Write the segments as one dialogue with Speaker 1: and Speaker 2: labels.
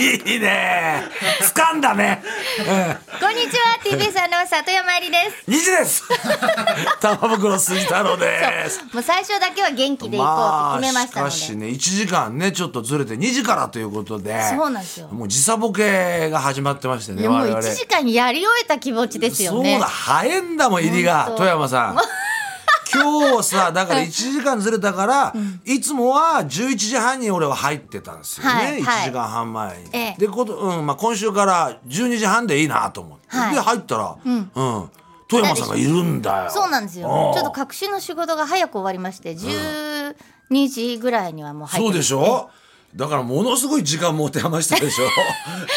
Speaker 1: いいね掴んだね、
Speaker 2: こんにちは TBS アナウンサー富山えりです
Speaker 1: うん、2時です 玉袋筋太郎です
Speaker 2: もう最初だけは元気でいこうと決めましたの
Speaker 1: しかし
Speaker 2: で、
Speaker 1: ね1時間ねちょっとずれて2時からということで
Speaker 2: そうなんですよ
Speaker 1: もう時差ボケが始まってましてね
Speaker 2: でも
Speaker 1: 我
Speaker 2: う
Speaker 1: 々
Speaker 2: 1時間やり終えた気持ちですよね
Speaker 1: そうだ早いんだもん入りが
Speaker 2: 本当
Speaker 1: 富山さ ん今日さだから1時間ずれたから、いつもは11時半に俺は入ってたんですよね、
Speaker 2: はいはい
Speaker 1: 1時間半前に。
Speaker 2: ええ
Speaker 1: でこと、うんまあ、今週から12時半でいいなと思って、
Speaker 2: はい
Speaker 1: で入ったら、うん富山さんがいるんだよ。
Speaker 2: そうなんです
Speaker 1: あ
Speaker 2: よ
Speaker 1: あ
Speaker 2: ちょっと隔週の仕事が早く終わりまして12時ぐらいにはもう入って
Speaker 1: そうでしょだからものすごい時間持て余したでしょ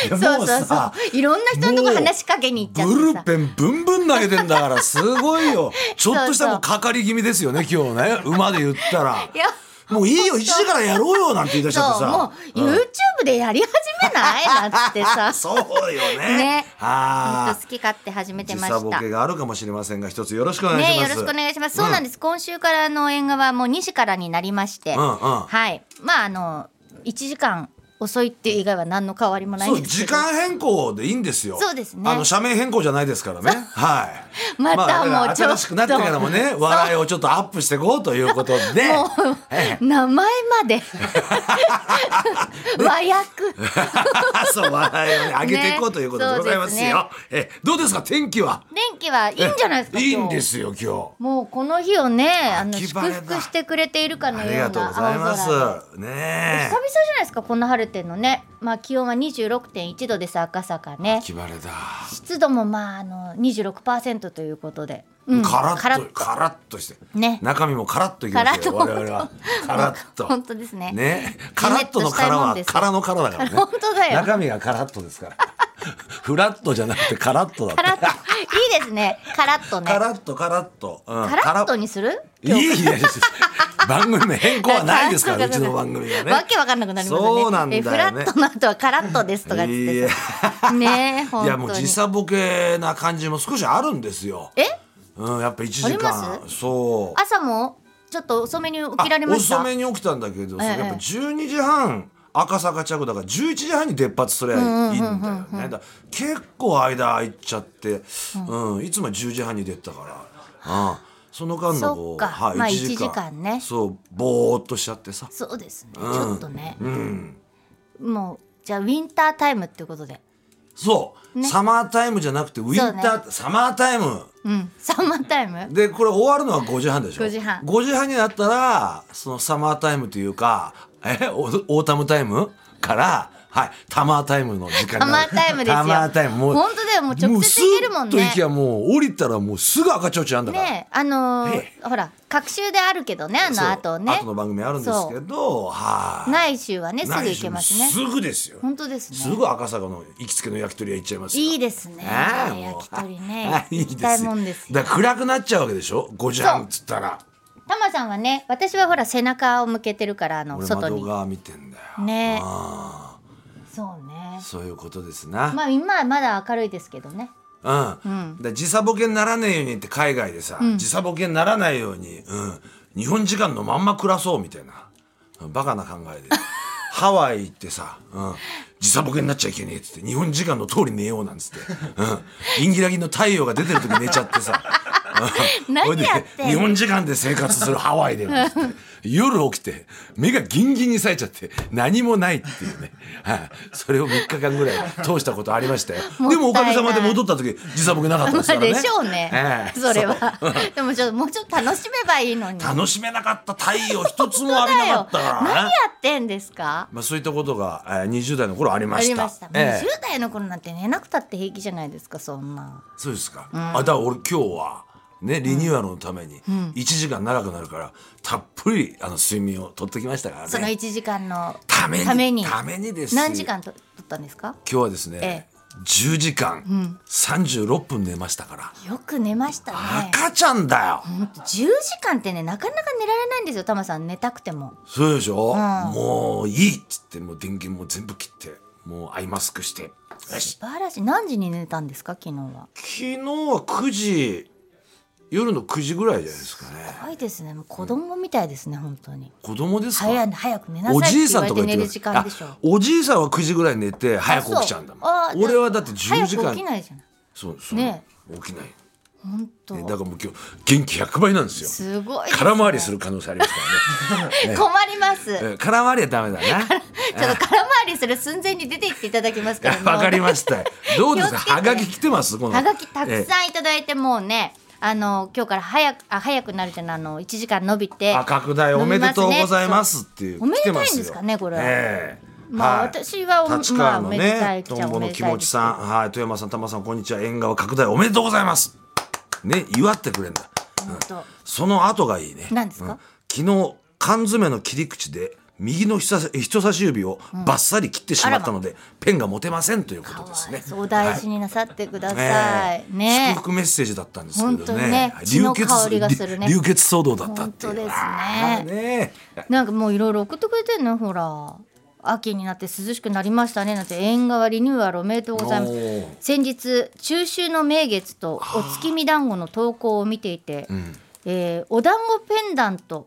Speaker 1: でも
Speaker 2: そうそうそ
Speaker 1: さ
Speaker 2: ういろんな人のとこ話しかけに行っちゃって
Speaker 1: ブ
Speaker 2: さ
Speaker 1: ルペンブンブン投げてんだからすごい よちょっとした
Speaker 2: そうそう
Speaker 1: もうかかり気味ですよね今日ね馬で言ったら
Speaker 2: いや
Speaker 1: もういいよ1時からやろうよなんて言い出しちゃって
Speaker 2: そうも
Speaker 1: さ
Speaker 2: う YouTube でやり始め ないなんつってさ
Speaker 1: そうよね
Speaker 2: ねほん
Speaker 1: あ
Speaker 2: と
Speaker 1: あ
Speaker 2: 好き勝手始めて
Speaker 1: 時
Speaker 2: ま
Speaker 1: 差
Speaker 2: し
Speaker 1: ボ
Speaker 2: た
Speaker 1: ケがあるかもしれませんが一つよろしくお願い
Speaker 2: ね
Speaker 1: し
Speaker 2: よ
Speaker 1: ま
Speaker 2: ろ
Speaker 1: す
Speaker 2: しくお願いします。そうなんです。今週からの縁側はもう2時からになりまして、
Speaker 1: うんうん
Speaker 2: はい。まああの1時間遅いっていう以外は何の変わりもないん
Speaker 1: そう
Speaker 2: です
Speaker 1: 時
Speaker 2: けど。
Speaker 1: 間変更でいいんですよ
Speaker 2: そうですね
Speaker 1: あの社名変更じゃないですからねはい
Speaker 2: また
Speaker 1: あだから
Speaker 2: もうちょっ
Speaker 1: 新
Speaker 2: と
Speaker 1: しくなってからもね笑いをちょっとアップしていこうということでええ
Speaker 2: 名前まで和訳。
Speaker 1: そう笑いをね上げていこうということで
Speaker 2: ね
Speaker 1: ございますよ、えどうですか天気は
Speaker 2: 電気はいいんじゃないですか。。
Speaker 1: いいんですすよ今
Speaker 2: もうこの日をね、あの
Speaker 1: 秋
Speaker 2: 祝
Speaker 1: 晴れだ
Speaker 2: 福してくれているか
Speaker 1: 日
Speaker 2: の
Speaker 1: あ
Speaker 2: よう
Speaker 1: りが
Speaker 2: な青
Speaker 1: とう
Speaker 2: 空
Speaker 1: ございま
Speaker 2: です
Speaker 1: ね
Speaker 2: 久々じゃないですかこんな晴れてんのね、まあ、気温は26.1度です赤坂
Speaker 1: え
Speaker 2: ね
Speaker 1: 秋晴れだ、
Speaker 2: 湿度もまああの26%ということで、うん
Speaker 1: カラ
Speaker 2: カラ
Speaker 1: ッ
Speaker 2: ッ
Speaker 1: とカラッとして、
Speaker 2: ね
Speaker 1: 中身もカラッといきますよ
Speaker 2: カ
Speaker 1: 我
Speaker 2: ラッと
Speaker 1: 々はカラッと
Speaker 2: 本当ですね
Speaker 1: ねカラッとの
Speaker 2: ジメッとしたい
Speaker 1: 殻
Speaker 2: もん
Speaker 1: は
Speaker 2: ですよ
Speaker 1: 殻の殻だからね
Speaker 2: 本当だよ
Speaker 1: 中身がカラッとですからフラットじゃなくてカラッとだって
Speaker 2: カラッといいですねカラッとね
Speaker 1: カラッとカラッと、うん
Speaker 2: カラッと
Speaker 1: カ
Speaker 2: にする
Speaker 1: いいいやいや番組の変更はないです からうちの番組はね
Speaker 2: わけわかんなくなりますよね
Speaker 1: そうなんだよね
Speaker 2: えフラットの後はカラッとですとかっつっ
Speaker 1: い
Speaker 2: て
Speaker 1: や
Speaker 2: さねえ本当に
Speaker 1: いやもう時差ボケな感じも少しあるんですよ
Speaker 2: え
Speaker 1: うんやっぱ1時
Speaker 2: ありま
Speaker 1: 間そう
Speaker 2: 朝もちょっと遅めに起
Speaker 1: あ
Speaker 2: きられました
Speaker 1: 遅めに起きたんだけど、
Speaker 2: ええ
Speaker 1: そうやっぱ12時半赤坂着だから11時半に出発すりゃいいんだよね、だから結構間空いちゃって、うんいつもは10時半に出てたから、うん、その間の
Speaker 2: そっ
Speaker 1: こう、
Speaker 2: かま
Speaker 1: 1
Speaker 2: あ1時間ね
Speaker 1: そうぼーっとしちゃってさ
Speaker 2: そうですね、
Speaker 1: うん
Speaker 2: ちょっとね
Speaker 1: うん
Speaker 2: もうじゃあウィンタータイムっていうことで
Speaker 1: そう、
Speaker 2: ね
Speaker 1: サマータイムじゃなくてウィンター、サマータイム
Speaker 2: うん サマータイム
Speaker 1: でこれ終わるのは5時半でしょ
Speaker 2: 5時半
Speaker 1: 5時半になったらそのサマータイムというかえオオータムタイムからはいタマータイムの時間
Speaker 2: サ
Speaker 1: に
Speaker 2: マ
Speaker 1: なる
Speaker 2: ータイムですよ
Speaker 1: タマータイムもう
Speaker 2: 本当だよもう直接行けるもん
Speaker 1: うスッと行
Speaker 2: ね
Speaker 1: きゃもう降りたらもうすぐ赤ちょうちんあんだから、
Speaker 2: ねえあのー
Speaker 1: え
Speaker 2: ほら隔週であるけどねあ
Speaker 1: そう
Speaker 2: の後ね
Speaker 1: 後の番組あるんですけどはい
Speaker 2: ない週はねすぐ行けますね
Speaker 1: すぐですよ
Speaker 2: 本当ですね
Speaker 1: すぐ赤坂の行きつけの焼き鳥屋行っちゃいますよ
Speaker 2: いいですね
Speaker 1: ああもう
Speaker 2: 焼き鳥
Speaker 1: あ
Speaker 2: ね
Speaker 1: いいです
Speaker 2: 行き
Speaker 1: よ
Speaker 2: たいもんですよ
Speaker 1: だから暗くなっちゃうわけでしょ5時半っつったら
Speaker 2: タマさんはね私はほら背中を向けてるからあの
Speaker 1: 俺
Speaker 2: 外
Speaker 1: 窓
Speaker 2: に
Speaker 1: 側見てんだよ
Speaker 2: ね
Speaker 1: あ
Speaker 2: そうね
Speaker 1: あそういうことですな、
Speaker 2: まあ今はまだ明るいですけど ね
Speaker 1: うん、だから時差ボケにならねえようにって海外でさ、時差ボケにならないように、うん、日本時間のまんま暮らそうみたいなうんバカな考 えでハワイ行ってさ、うん、時差ボケになっちゃいけねえっつって日本時間の通り寝ようなんつって、うん、ギンギラギンの太陽が出てる時寝ちゃってさうん
Speaker 2: 何
Speaker 1: ほいで
Speaker 2: やってんの
Speaker 1: 日本時間で生活するハワイでなんつ って夜起きて目がギンギンに冴えちゃって何もないっていうね、 はい、それを3日間ぐらい通したことありましたよ
Speaker 2: もったいない
Speaker 1: でもおかげさまで戻った時時差ボケなかった
Speaker 2: ま
Speaker 1: ですから
Speaker 2: あ
Speaker 1: ね。
Speaker 2: でしょうね、
Speaker 1: ええ
Speaker 2: それはでもちょっともうちょっと楽しめばいいのに
Speaker 1: そう楽しめなかった太陽一つも浴びなかったからね。
Speaker 2: 何やってんですか
Speaker 1: まあそういったことが、えー、20代の頃ありま
Speaker 2: あ
Speaker 1: し
Speaker 2: り
Speaker 1: た。
Speaker 2: ました、
Speaker 1: ええ
Speaker 2: 20代の頃なんて寝なくたって平気じゃないですかそんな
Speaker 1: そうですか。あだから俺今日はねリニューアルのために1時間長くなるから、たっぷりあの睡眠をとってきましたから
Speaker 2: その
Speaker 1: ね。
Speaker 2: 1時間の
Speaker 1: ために
Speaker 2: ために
Speaker 1: ためにですよ
Speaker 2: 何時間と取ったんですか
Speaker 1: 今日はですね、
Speaker 2: え
Speaker 1: 10時間36分寝ましたから。
Speaker 2: よく寝ましたね
Speaker 1: 赤ちゃんだよ。
Speaker 2: ほんと10時間ってねなかなか寝られないんですよタマさん寝たくても
Speaker 1: そうでしょ、もういいっつってもう電源も全部切ってもうアイマスクしてよし
Speaker 2: 素晴らしい何時に寝たんですか昨日は
Speaker 1: 昨日は9時夜の9時ぐらいじゃないですかね
Speaker 2: 怖いですねもう子供みたいですね本当に
Speaker 1: 子供ですか
Speaker 2: 早い早く寝な
Speaker 1: お
Speaker 2: さい
Speaker 1: じい
Speaker 2: って
Speaker 1: さ
Speaker 2: 言
Speaker 1: んと
Speaker 2: われ
Speaker 1: か
Speaker 2: て
Speaker 1: 言
Speaker 2: 寝
Speaker 1: ってく
Speaker 2: る時
Speaker 1: る
Speaker 2: 間でしょ
Speaker 1: あおじいさんは9時ぐらいに寝て早く起きちゃうんだも
Speaker 2: あそうん
Speaker 1: 俺はだって10時
Speaker 2: 早
Speaker 1: 間
Speaker 2: く起きないじゃない
Speaker 1: そうそう、
Speaker 2: ね
Speaker 1: 起きない、ね
Speaker 2: 本当
Speaker 1: だからもう今日元気100倍なんですよ
Speaker 2: すごいですね
Speaker 1: 空回りする可能性ありますからね
Speaker 2: 困ります
Speaker 1: え 空回りはダメだな
Speaker 2: ちょっと空回りする寸前に出て行っていただきま す から、ね、
Speaker 1: わかりましたどうですか
Speaker 2: 気をつけて
Speaker 1: はがき来てますこの
Speaker 2: はがきたく
Speaker 1: え
Speaker 2: さんいただいてもうね、あの今日から早くあ早くなるっていうのはあの1時間伸びて
Speaker 1: あ拡大おめでとうございますっていう
Speaker 2: おめ
Speaker 1: 来
Speaker 2: で
Speaker 1: て
Speaker 2: た
Speaker 1: ま
Speaker 2: いん
Speaker 1: すよ
Speaker 2: ですかねこれは
Speaker 1: ええ
Speaker 2: まあ
Speaker 1: はい
Speaker 2: 私はお
Speaker 1: 立川の
Speaker 2: まあおめでたい
Speaker 1: ね
Speaker 2: っちゃ
Speaker 1: トンボの気持ちさんはい富山さん玉さんこんにちは縁側拡大おめでとうございますね祝ってくれんだ
Speaker 2: 本当
Speaker 1: その後がいいね
Speaker 2: 何ですか
Speaker 1: 昨日缶詰の切り口で右の人差し人差し指をバッサリ切ってしまったので、ペンが持てませんということですね。
Speaker 2: お大事になさってください、
Speaker 1: ええ
Speaker 2: ね
Speaker 1: 祝福メッセージだったんですけ
Speaker 2: 本
Speaker 1: ど
Speaker 2: 当
Speaker 1: ね
Speaker 2: にね血の香りがするね
Speaker 1: 流流血騒動だったっていう
Speaker 2: 本当ですね
Speaker 1: あーねえ
Speaker 2: なんかもういろいろ送ってくれてんのほら秋になって涼しくなりましたねなんて縁側リニューアルおめでとうございま
Speaker 1: お
Speaker 2: す
Speaker 1: ー
Speaker 2: 先日中秋の名月とお月見団子の投稿を見ていて、えーお団子ペンダント、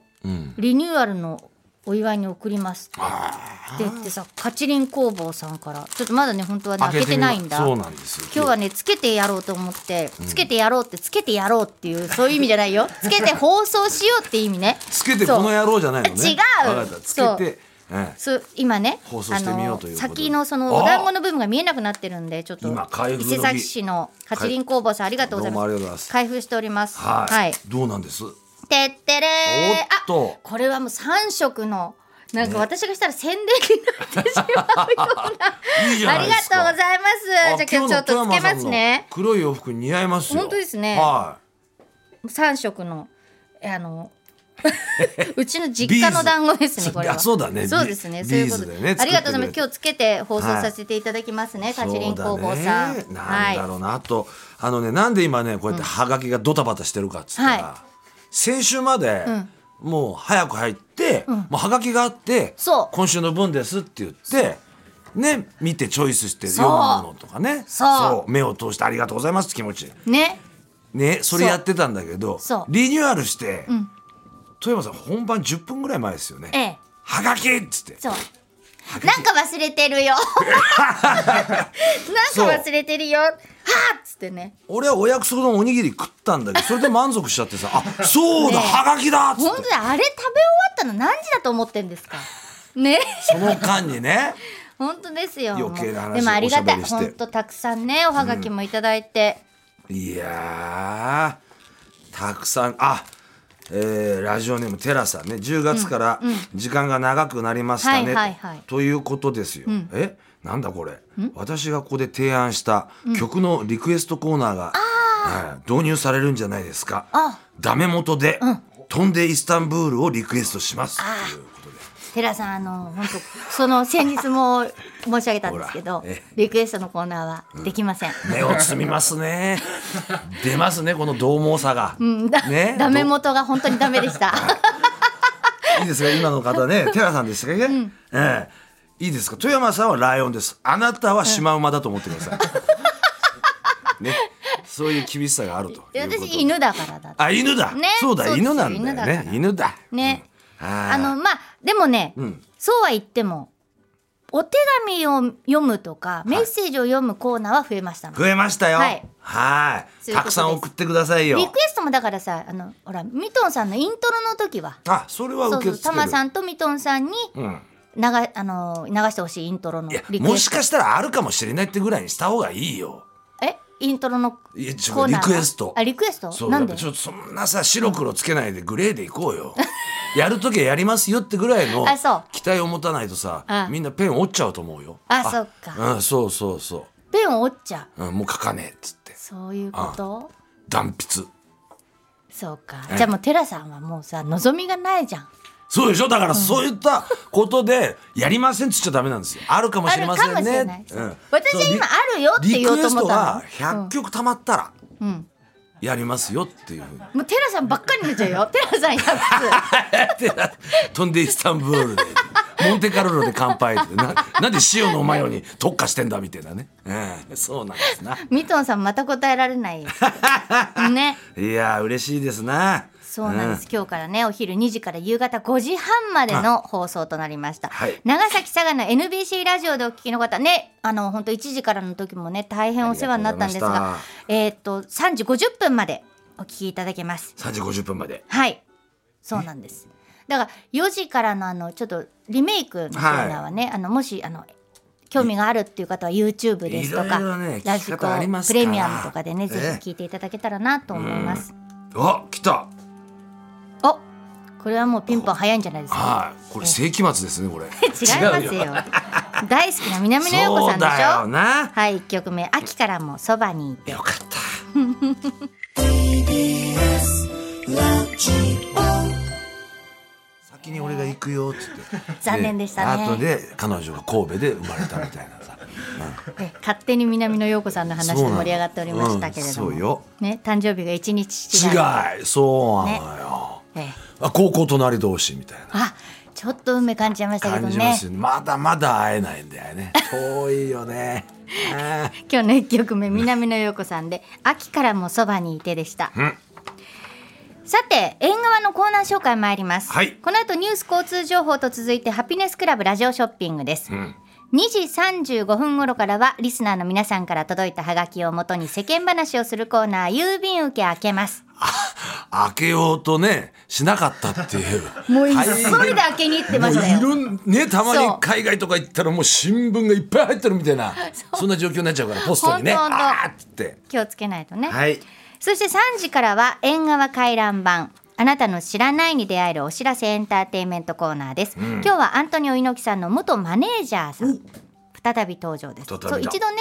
Speaker 2: リニューアルのお祝いに送りますって言ってさカチリン工房さんからちょっとまだね本当はね開けて
Speaker 1: み
Speaker 2: ないんだ
Speaker 1: そうなんですよ
Speaker 2: 今日はねつけてやろうと思ってつけてやろうってつけてやろうっていうそういう意味じゃな いよつけて放送しようって意味ね
Speaker 1: つけてこの野郎じゃないのね
Speaker 2: そう違う
Speaker 1: わかったつけて、ええ
Speaker 2: そう今ね
Speaker 1: 放送してみようということ
Speaker 2: あ
Speaker 1: で
Speaker 2: の先のそのお団子の部分が見えなくなってるんでちょっと
Speaker 1: 今開封
Speaker 2: 伊
Speaker 1: の日
Speaker 2: 勢崎市のカチリン工房さんありがとうござい
Speaker 1: どうもありがとうござい
Speaker 2: ま
Speaker 1: ますす
Speaker 2: 開封しております
Speaker 1: はい、
Speaker 2: はい
Speaker 1: どうなんです
Speaker 2: てってれー
Speaker 1: おっと
Speaker 2: あこれはもう三色のなんか私がしたら宣伝になってしまうよ
Speaker 1: いいじ
Speaker 2: うな
Speaker 1: ゃ
Speaker 2: あ
Speaker 1: な
Speaker 2: り
Speaker 1: い
Speaker 2: が
Speaker 1: です
Speaker 2: とう
Speaker 1: か
Speaker 2: ございます
Speaker 1: あ
Speaker 2: じゃあ今日ちょっとつけます
Speaker 1: 今日の富山
Speaker 2: ね
Speaker 1: さんの黒い洋服似合いますよ
Speaker 2: 本当ですね
Speaker 1: は
Speaker 2: 三色のえあの うちの実家の団子ですねこれは
Speaker 1: あそうだね
Speaker 2: そうですね
Speaker 1: ビ
Speaker 2: そういうこと
Speaker 1: ビーズでね
Speaker 2: ありがとうございま
Speaker 1: 作ってくれ
Speaker 2: す
Speaker 1: て
Speaker 2: 今日つけて放送させていただきますね、
Speaker 1: い
Speaker 2: カチリン工房さん、
Speaker 1: そうだね
Speaker 2: は
Speaker 1: ないんだろうな、あとあのねなんで今ねこうやってハガキがドタバタしてるかっつったら、
Speaker 2: は
Speaker 1: 先週まで、
Speaker 2: ん
Speaker 1: もう早く入って、もうハガキがあって
Speaker 2: そう
Speaker 1: 今週の分ですって言ってね見てチョイスして
Speaker 2: そう
Speaker 1: 読むのとかね
Speaker 2: そう
Speaker 1: 目を通してありがとうございますって気持ち
Speaker 2: ね
Speaker 1: ねそれやってたんだけど
Speaker 2: そう
Speaker 1: リニューアルして、富山さん本番10分ぐらい前ですよね。
Speaker 2: ええ
Speaker 1: はがきっつって
Speaker 2: そうなんか忘れて るよなんか忘れてるよはあっつってね
Speaker 1: 俺はお約束のおにぎり食ったんだけどそれで満足しちゃってさ「あそうだ、
Speaker 2: ねえ
Speaker 1: はがきだ!」っつっ
Speaker 2: 本
Speaker 1: て
Speaker 2: 当にあれ食べ終わったの何時だと思ってんですかね
Speaker 1: その間にね
Speaker 2: 本当ですよ
Speaker 1: 余計な話
Speaker 2: でもありが
Speaker 1: おしゃ
Speaker 2: た
Speaker 1: べ
Speaker 2: い
Speaker 1: りして
Speaker 2: 本当たくさんねおはがきもいただいて、
Speaker 1: いやーたくさんあえーラジオネームテラさんね10月から時間が長くなりましたね、
Speaker 2: はいはいはい
Speaker 1: ということですよ、えなんだこれ私がここで提案した曲のリクエストコーナーが、はい導入されるんじゃないですか
Speaker 2: あ
Speaker 1: ダメ元で、飛んでイスタンブール」をリクエストしますということで
Speaker 2: 寺さんあの本当その先日も申し上げたんですけど
Speaker 1: ほらえ
Speaker 2: リクエストのコーナーはできません、
Speaker 1: 目をつみますね出ますねこの獰猛さが、
Speaker 2: うんだ
Speaker 1: ね
Speaker 2: ダメ元が本当にダメでした
Speaker 1: いいですか今の方ね テラさんでしたっけ、ええいいですか富山さんはライオンですあなたはシマウマだと思ってください、 ねそういう厳しさがあるということ
Speaker 2: で 私犬だからだって
Speaker 1: あ犬だ、
Speaker 2: ね
Speaker 1: そうだ
Speaker 2: そうです
Speaker 1: 犬なんだよ
Speaker 2: 犬だから
Speaker 1: ね犬だ
Speaker 2: ね、
Speaker 1: うんあ
Speaker 2: あのまあでもね、
Speaker 1: ん
Speaker 2: そうは言ってもお手紙を読むとかメッセージを読むコーナーは増えましたの、
Speaker 1: 増えましたよ
Speaker 2: はい
Speaker 1: はい
Speaker 2: そういうこ
Speaker 1: た
Speaker 2: とです
Speaker 1: くさん送ってくださいよ
Speaker 2: リクエストもだからさあのほらミトンさんのイントロの時は
Speaker 1: あそれは
Speaker 2: そう
Speaker 1: 受
Speaker 2: そ
Speaker 1: け
Speaker 2: う
Speaker 1: 付け
Speaker 2: タ
Speaker 1: る
Speaker 2: マさんとミトンさんに
Speaker 1: うん
Speaker 2: 流,、あの流してほしいイントロの
Speaker 1: いや
Speaker 2: リク
Speaker 1: も
Speaker 2: エ
Speaker 1: し
Speaker 2: スト
Speaker 1: かしたらあるかもしれないってぐらいにした方がいいよ
Speaker 2: えイントロのコ
Speaker 1: いやちょ
Speaker 2: ーナーが
Speaker 1: リクエスト
Speaker 2: あリクエスト
Speaker 1: そう
Speaker 2: なん
Speaker 1: や
Speaker 2: で
Speaker 1: っぱちょっとそんなさ白黒つけないでグレーでいこうよ やる時はやりますよってぐらいの
Speaker 2: あそう
Speaker 1: 期待を持たないとさ
Speaker 2: あ
Speaker 1: みんなペン折っちゃうと思うよ
Speaker 2: あそっか
Speaker 1: うん、そうそうそ
Speaker 2: ペンを折っちゃう
Speaker 1: う、うん、もう書かねえっつって
Speaker 2: そういうこと
Speaker 1: 断筆
Speaker 2: そうか
Speaker 1: ええ
Speaker 2: じゃあもうテラさんはもうさ望みがないじゃん
Speaker 1: そうでしょだからそういったことでやりませんっつっちゃダメなんですよあるかも
Speaker 2: あ
Speaker 1: し
Speaker 2: る
Speaker 1: れま
Speaker 2: か
Speaker 1: せ
Speaker 2: も
Speaker 1: ん
Speaker 2: し
Speaker 1: ね
Speaker 2: れない、
Speaker 1: うん
Speaker 2: 私は
Speaker 1: そう
Speaker 2: 今あるよって
Speaker 1: リ
Speaker 2: 言おう
Speaker 1: ク
Speaker 2: と
Speaker 1: エス
Speaker 2: 思っ
Speaker 1: ト
Speaker 2: た
Speaker 1: が
Speaker 2: の、
Speaker 1: 100曲たまったらやりますよっていうふうに
Speaker 2: もうテラさんばっかりになっちゃうよテラさん100つ
Speaker 1: 飛んでイスタンブールでモンテカルロで乾杯ってななんで塩のマヨに特化してんだみたいなね、ええそうなんですな
Speaker 2: ミトンさんまた答えられない ね
Speaker 1: いやー嬉しいですな
Speaker 2: そうなんです、
Speaker 1: ん
Speaker 2: 今日からねお昼2時から夕方5時半までの放送となりました、
Speaker 1: はい
Speaker 2: 長崎佐賀の NBC ラジオでお聞きの方ねあの本当1時からの時もね大変お世話になったんです
Speaker 1: あり
Speaker 2: が
Speaker 1: がとうございま
Speaker 2: えーっと3時50分までお聞きいただけます
Speaker 1: 3時50分まで
Speaker 2: はいそうなんですだから4時からのあのちょっとリメイクのコーナーはね、あのもしあの興味があるっていう方は YouTube ですとか
Speaker 1: いろいろね
Speaker 2: ラジ
Speaker 1: 聞
Speaker 2: コ
Speaker 1: き方あります
Speaker 2: プ
Speaker 1: から
Speaker 2: レミアムとかでね
Speaker 1: え
Speaker 2: ぜ
Speaker 1: え
Speaker 2: ひ聞いていただけたらなと思います、
Speaker 1: あ来た
Speaker 2: おこれはもうピンポン早いんじゃないですか
Speaker 1: はいこれ世紀末ですねこ れ違
Speaker 2: 違いますよ大好きな南野陽子
Speaker 1: そう
Speaker 2: さ
Speaker 1: ん
Speaker 2: でし
Speaker 1: だよ
Speaker 2: ょ
Speaker 1: な
Speaker 2: はい1曲目「秋からもそばにいて
Speaker 1: よかった先に俺が行くよっつって」
Speaker 2: 残念でしたね
Speaker 1: 後で彼女が神戸で生まれたみたいなさ
Speaker 2: え勝手に南野陽子さんの話で盛り上がっておりましたけれども、
Speaker 1: そうよ
Speaker 2: ね、誕生日が1日違う
Speaker 1: 違いそうなのよ、
Speaker 2: ええ
Speaker 1: あ高校隣同士みたいな
Speaker 2: あちょっと梅感じちゃいましたけど
Speaker 1: 感じま
Speaker 2: ね
Speaker 1: すよねまだまだ会えないんだよ ね遠いよねあー
Speaker 2: 今日の一曲目南野陽子さんで「秋からもそばにいて」でした、
Speaker 1: ん
Speaker 2: さて縁側のコーナー紹介参ります、
Speaker 1: はい
Speaker 2: この後ニュース交通情報と続いてハピネスクラブラジオショッピングです、2時35分頃からはリスナーの皆さんから届いたハガキをもとに世間話をするコーナー郵便受け開けます
Speaker 1: 開けようとねしなかったっていう
Speaker 2: もう急い
Speaker 1: 大変
Speaker 2: で開けに行ってました
Speaker 1: もうい
Speaker 2: よ
Speaker 1: ろんねたま
Speaker 2: そ
Speaker 1: に
Speaker 2: う
Speaker 1: 海外とか行ったらもう新聞がいっぱい入ってるみたいなそんな状況になっちゃうからポストにね
Speaker 2: ほんとほん
Speaker 1: あ
Speaker 2: と
Speaker 1: ーっつって
Speaker 2: 気をつけないとね、
Speaker 1: はい
Speaker 2: そして3時からは縁側回覧版あなたの知らないに出会えるお知らせエンターテインメントコーナーです、今日はアントニオ猪木さんの元マネージャーさん再び登場です
Speaker 1: 再びだ
Speaker 2: そう一度ね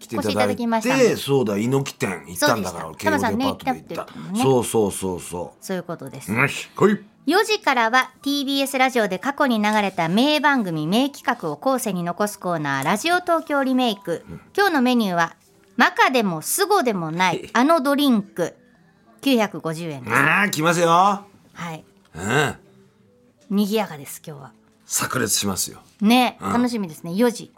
Speaker 1: 来てい
Speaker 2: お越
Speaker 1: た
Speaker 2: しいた
Speaker 1: だ
Speaker 2: だ
Speaker 1: い
Speaker 2: きましてた
Speaker 1: そうだ猪木店行ったんだから
Speaker 2: そうでし
Speaker 1: 慶
Speaker 2: た
Speaker 1: 応デパートで行った
Speaker 2: タマさんね行ったって言ってたもんね
Speaker 1: そうそうそうそ
Speaker 2: そういうことです、
Speaker 1: うよし来い
Speaker 2: 4時からは TBS ラジオで過去に流れた名番組名企画を後世に残すコーナー「ラジオ東京リメイク」今日のメニューは「マカでもスゴで もないあのドリンク」950円です、
Speaker 1: あー来ますよ
Speaker 2: はい
Speaker 1: うん
Speaker 2: 賑やかです今日は
Speaker 1: 炸裂しますよ
Speaker 2: ね、楽しみですね4時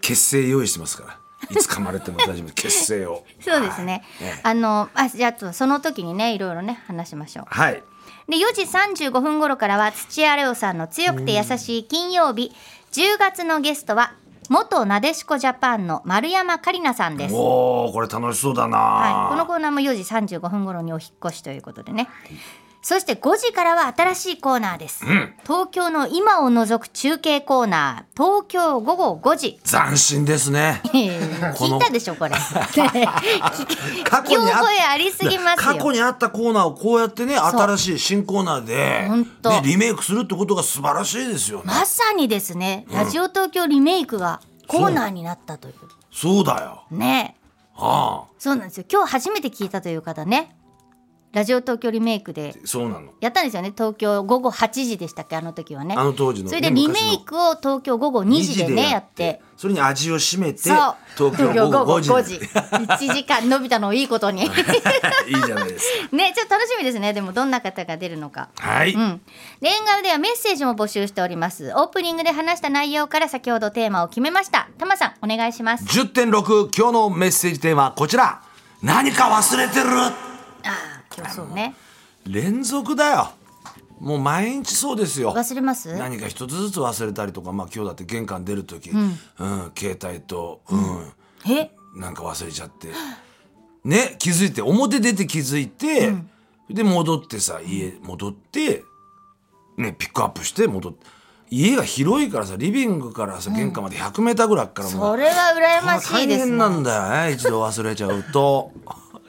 Speaker 1: 結成用意してますからいつ噛まれても大 丈夫結成を
Speaker 2: そうですね、
Speaker 1: ええ
Speaker 2: あのあじゃあちょっとその時にねいろいろね話しましょう
Speaker 1: はい
Speaker 2: で4時35分頃からは土屋レオさんの強くて優しい金曜日10月のゲストは元なでしこジャパンの丸山桂里奈さんです
Speaker 1: おおこれ楽しそうだな、
Speaker 2: はい、このコーナーも4時35分頃にお引っ越しということでね、そして5時からは新しいコーナーです、東京の今を除く中継コーナー東京午後5時
Speaker 1: 斬新ですね こ
Speaker 2: 聞
Speaker 1: の
Speaker 2: いたでしょ これ聞き
Speaker 1: 過
Speaker 2: 聞き
Speaker 1: あっ
Speaker 2: 覚えありすぎます
Speaker 1: 過去
Speaker 2: よ。
Speaker 1: にあったコーナーをこうやってね
Speaker 2: そう
Speaker 1: 新しい新コーナーで
Speaker 2: ほんと
Speaker 1: ねリメイクするってことが素晴らしいですよね
Speaker 2: まさにですね、ラジオ東京リメイクがコーナーになったとい
Speaker 1: そうだよ
Speaker 2: うね
Speaker 1: ああ
Speaker 2: そうなんですよ今日初めて聞いたという方ねラジオ東京リメイクで
Speaker 1: そうなの
Speaker 2: やったんですよね東京午後8時でしたっけあの時はね
Speaker 1: あの当時の
Speaker 2: それで
Speaker 1: ね
Speaker 2: リ
Speaker 1: 昔の
Speaker 2: メイクを東京午後2時でねやって
Speaker 1: それに味をしめて
Speaker 2: そう
Speaker 1: 東京午後5時
Speaker 2: 1時間伸びたのをいいことに
Speaker 1: いいじゃないです
Speaker 2: ねちょっと楽しみですねでもどんな方が出るのか
Speaker 1: かはい、
Speaker 2: うん、で縁側ではメッセージも募集しておりますオープニングで話した内容から先ほどテーマを決めましたタマさんお願いします
Speaker 1: 10.6今日のメッセージテーマはこちら何か忘れてる
Speaker 2: ああ今日そうね
Speaker 1: 連続だよもう毎日そうですよ
Speaker 2: 忘れます
Speaker 1: 何か一つずつ忘れたりとか、まあ、今日だって玄関出る時、うん携帯と、うん
Speaker 2: え
Speaker 1: なんか忘れちゃってね気づいて表出て気づいて、で戻ってさ家戻って、ね、ピックアップして戻って家が広いからさリビングからさ玄関まで 100m ぐらいあっからもう、
Speaker 2: それは羨まし
Speaker 1: 大
Speaker 2: いです
Speaker 1: 変
Speaker 2: ね
Speaker 1: なんだよね一度忘れちゃう と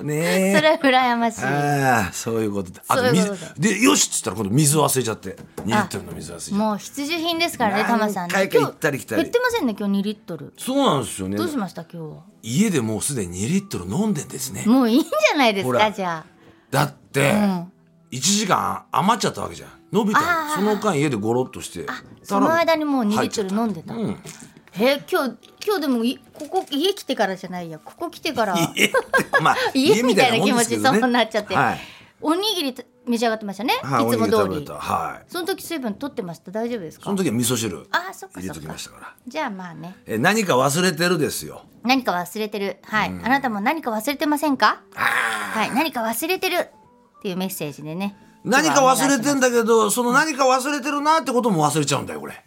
Speaker 1: ねえ
Speaker 2: それは羨ましい
Speaker 1: ああそういうことであ
Speaker 2: そう
Speaker 1: と
Speaker 2: いう
Speaker 1: 水
Speaker 2: こと
Speaker 1: でよしっつったら今度水忘れちゃって2リットルの水忘れちゃって
Speaker 2: もう必需品ですからねタマさんね
Speaker 1: 何回か行ったり来たり
Speaker 2: 今日売ってませんね今日2リットル
Speaker 1: そうなんですよね
Speaker 2: どうしました今日は
Speaker 1: 家でもうすでに2リットル飲んでんですね
Speaker 2: もういいんじゃないです
Speaker 1: ほら
Speaker 2: かじゃ
Speaker 1: だって、
Speaker 2: ん
Speaker 1: 1時間余っちゃったわけじゃん伸びたの
Speaker 2: あー
Speaker 1: その間家でゴロッとして
Speaker 2: あその間にもう2
Speaker 1: 入
Speaker 2: リ
Speaker 1: っ
Speaker 2: ッ
Speaker 1: ち
Speaker 2: ト
Speaker 1: ゃっ
Speaker 2: ル
Speaker 1: た
Speaker 2: 飲んでた、
Speaker 1: うん
Speaker 2: え今日今日でもいここ家来てからじゃないやここ来てから
Speaker 1: 家ってまあ
Speaker 2: 家みたいな気持ち
Speaker 1: 家みたいなもんですけどね
Speaker 2: そうなっちゃって
Speaker 1: はい
Speaker 2: おにぎり召し上がってましたね、
Speaker 1: はい
Speaker 2: い、つも
Speaker 1: おにぎり
Speaker 2: 通
Speaker 1: 食べ
Speaker 2: り
Speaker 1: たはい
Speaker 2: その時水分取ってました大丈夫ですか
Speaker 1: その時は味噌汁
Speaker 2: あーそっか
Speaker 1: 入れ
Speaker 2: そ
Speaker 1: と
Speaker 2: っ
Speaker 1: き
Speaker 2: か
Speaker 1: ましたから
Speaker 2: じゃあまあね
Speaker 1: え何か忘れてるですよ
Speaker 2: 何か忘れてるはい、あなたも何か忘れてませんかはい何か忘れてるっていうメッセージでね
Speaker 1: 何か忘れてん
Speaker 2: だ
Speaker 1: だけどその何か忘れてるなってことも忘れちゃうんだよこれ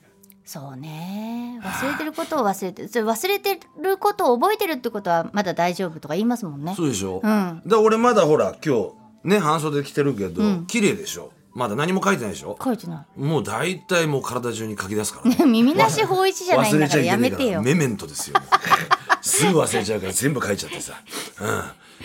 Speaker 2: そうね忘れてることを忘れてそれ忘れてることを覚えてるってことはまだ大丈夫とか言いますもんね
Speaker 1: そうでしょ、
Speaker 2: ん
Speaker 1: で俺まだほら今日ね半袖着てるけど、綺麗でしょまだ何も書いてないでしょ
Speaker 2: 書いてな
Speaker 1: もう大体もう体中に書き出すから、ね
Speaker 2: い 耳なし法一じゃないんだからやめてよ
Speaker 1: メメントですよ。もうすぐ忘れちゃうから全部書いちゃってさ。う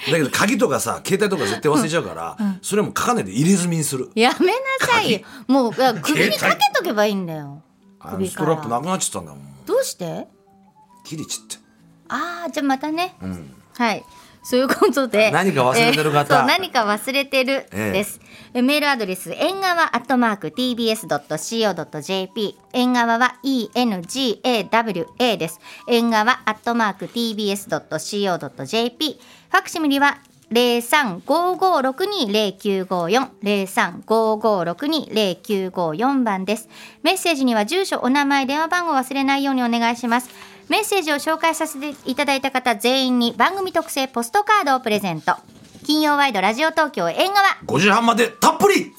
Speaker 1: ん。だけど鍵とかさ、携帯とか絶対忘れちゃうから、それも書かないで入れ墨にする。
Speaker 2: やめなさいよもういや首にかけとけばいいんだよ
Speaker 1: あの
Speaker 2: 首
Speaker 1: ス
Speaker 2: か
Speaker 1: トラップな
Speaker 2: ら
Speaker 1: くなっちゃったんだもん。
Speaker 2: どうして
Speaker 1: 切れちって。
Speaker 2: ああじゃあまたね、はいそういうことで
Speaker 1: 何か忘れてる方
Speaker 2: えーそう何か忘れてる
Speaker 1: ええ
Speaker 2: です、えメールアドレス縁側アットマーク tbs.co.jp 縁側は engawa です縁側アットマーク tbs.co.jp ファクシミリは零三五五六二零九五四零三五五六二零九五四番です。メッセージには住所、お名前、電話番号を忘れないようにお願いします。メッセージを紹介させていただいた方全員に番組特製ポストカードをプレゼント。金曜ワイドラジオ東京縁側。
Speaker 1: 5時半までたっぷり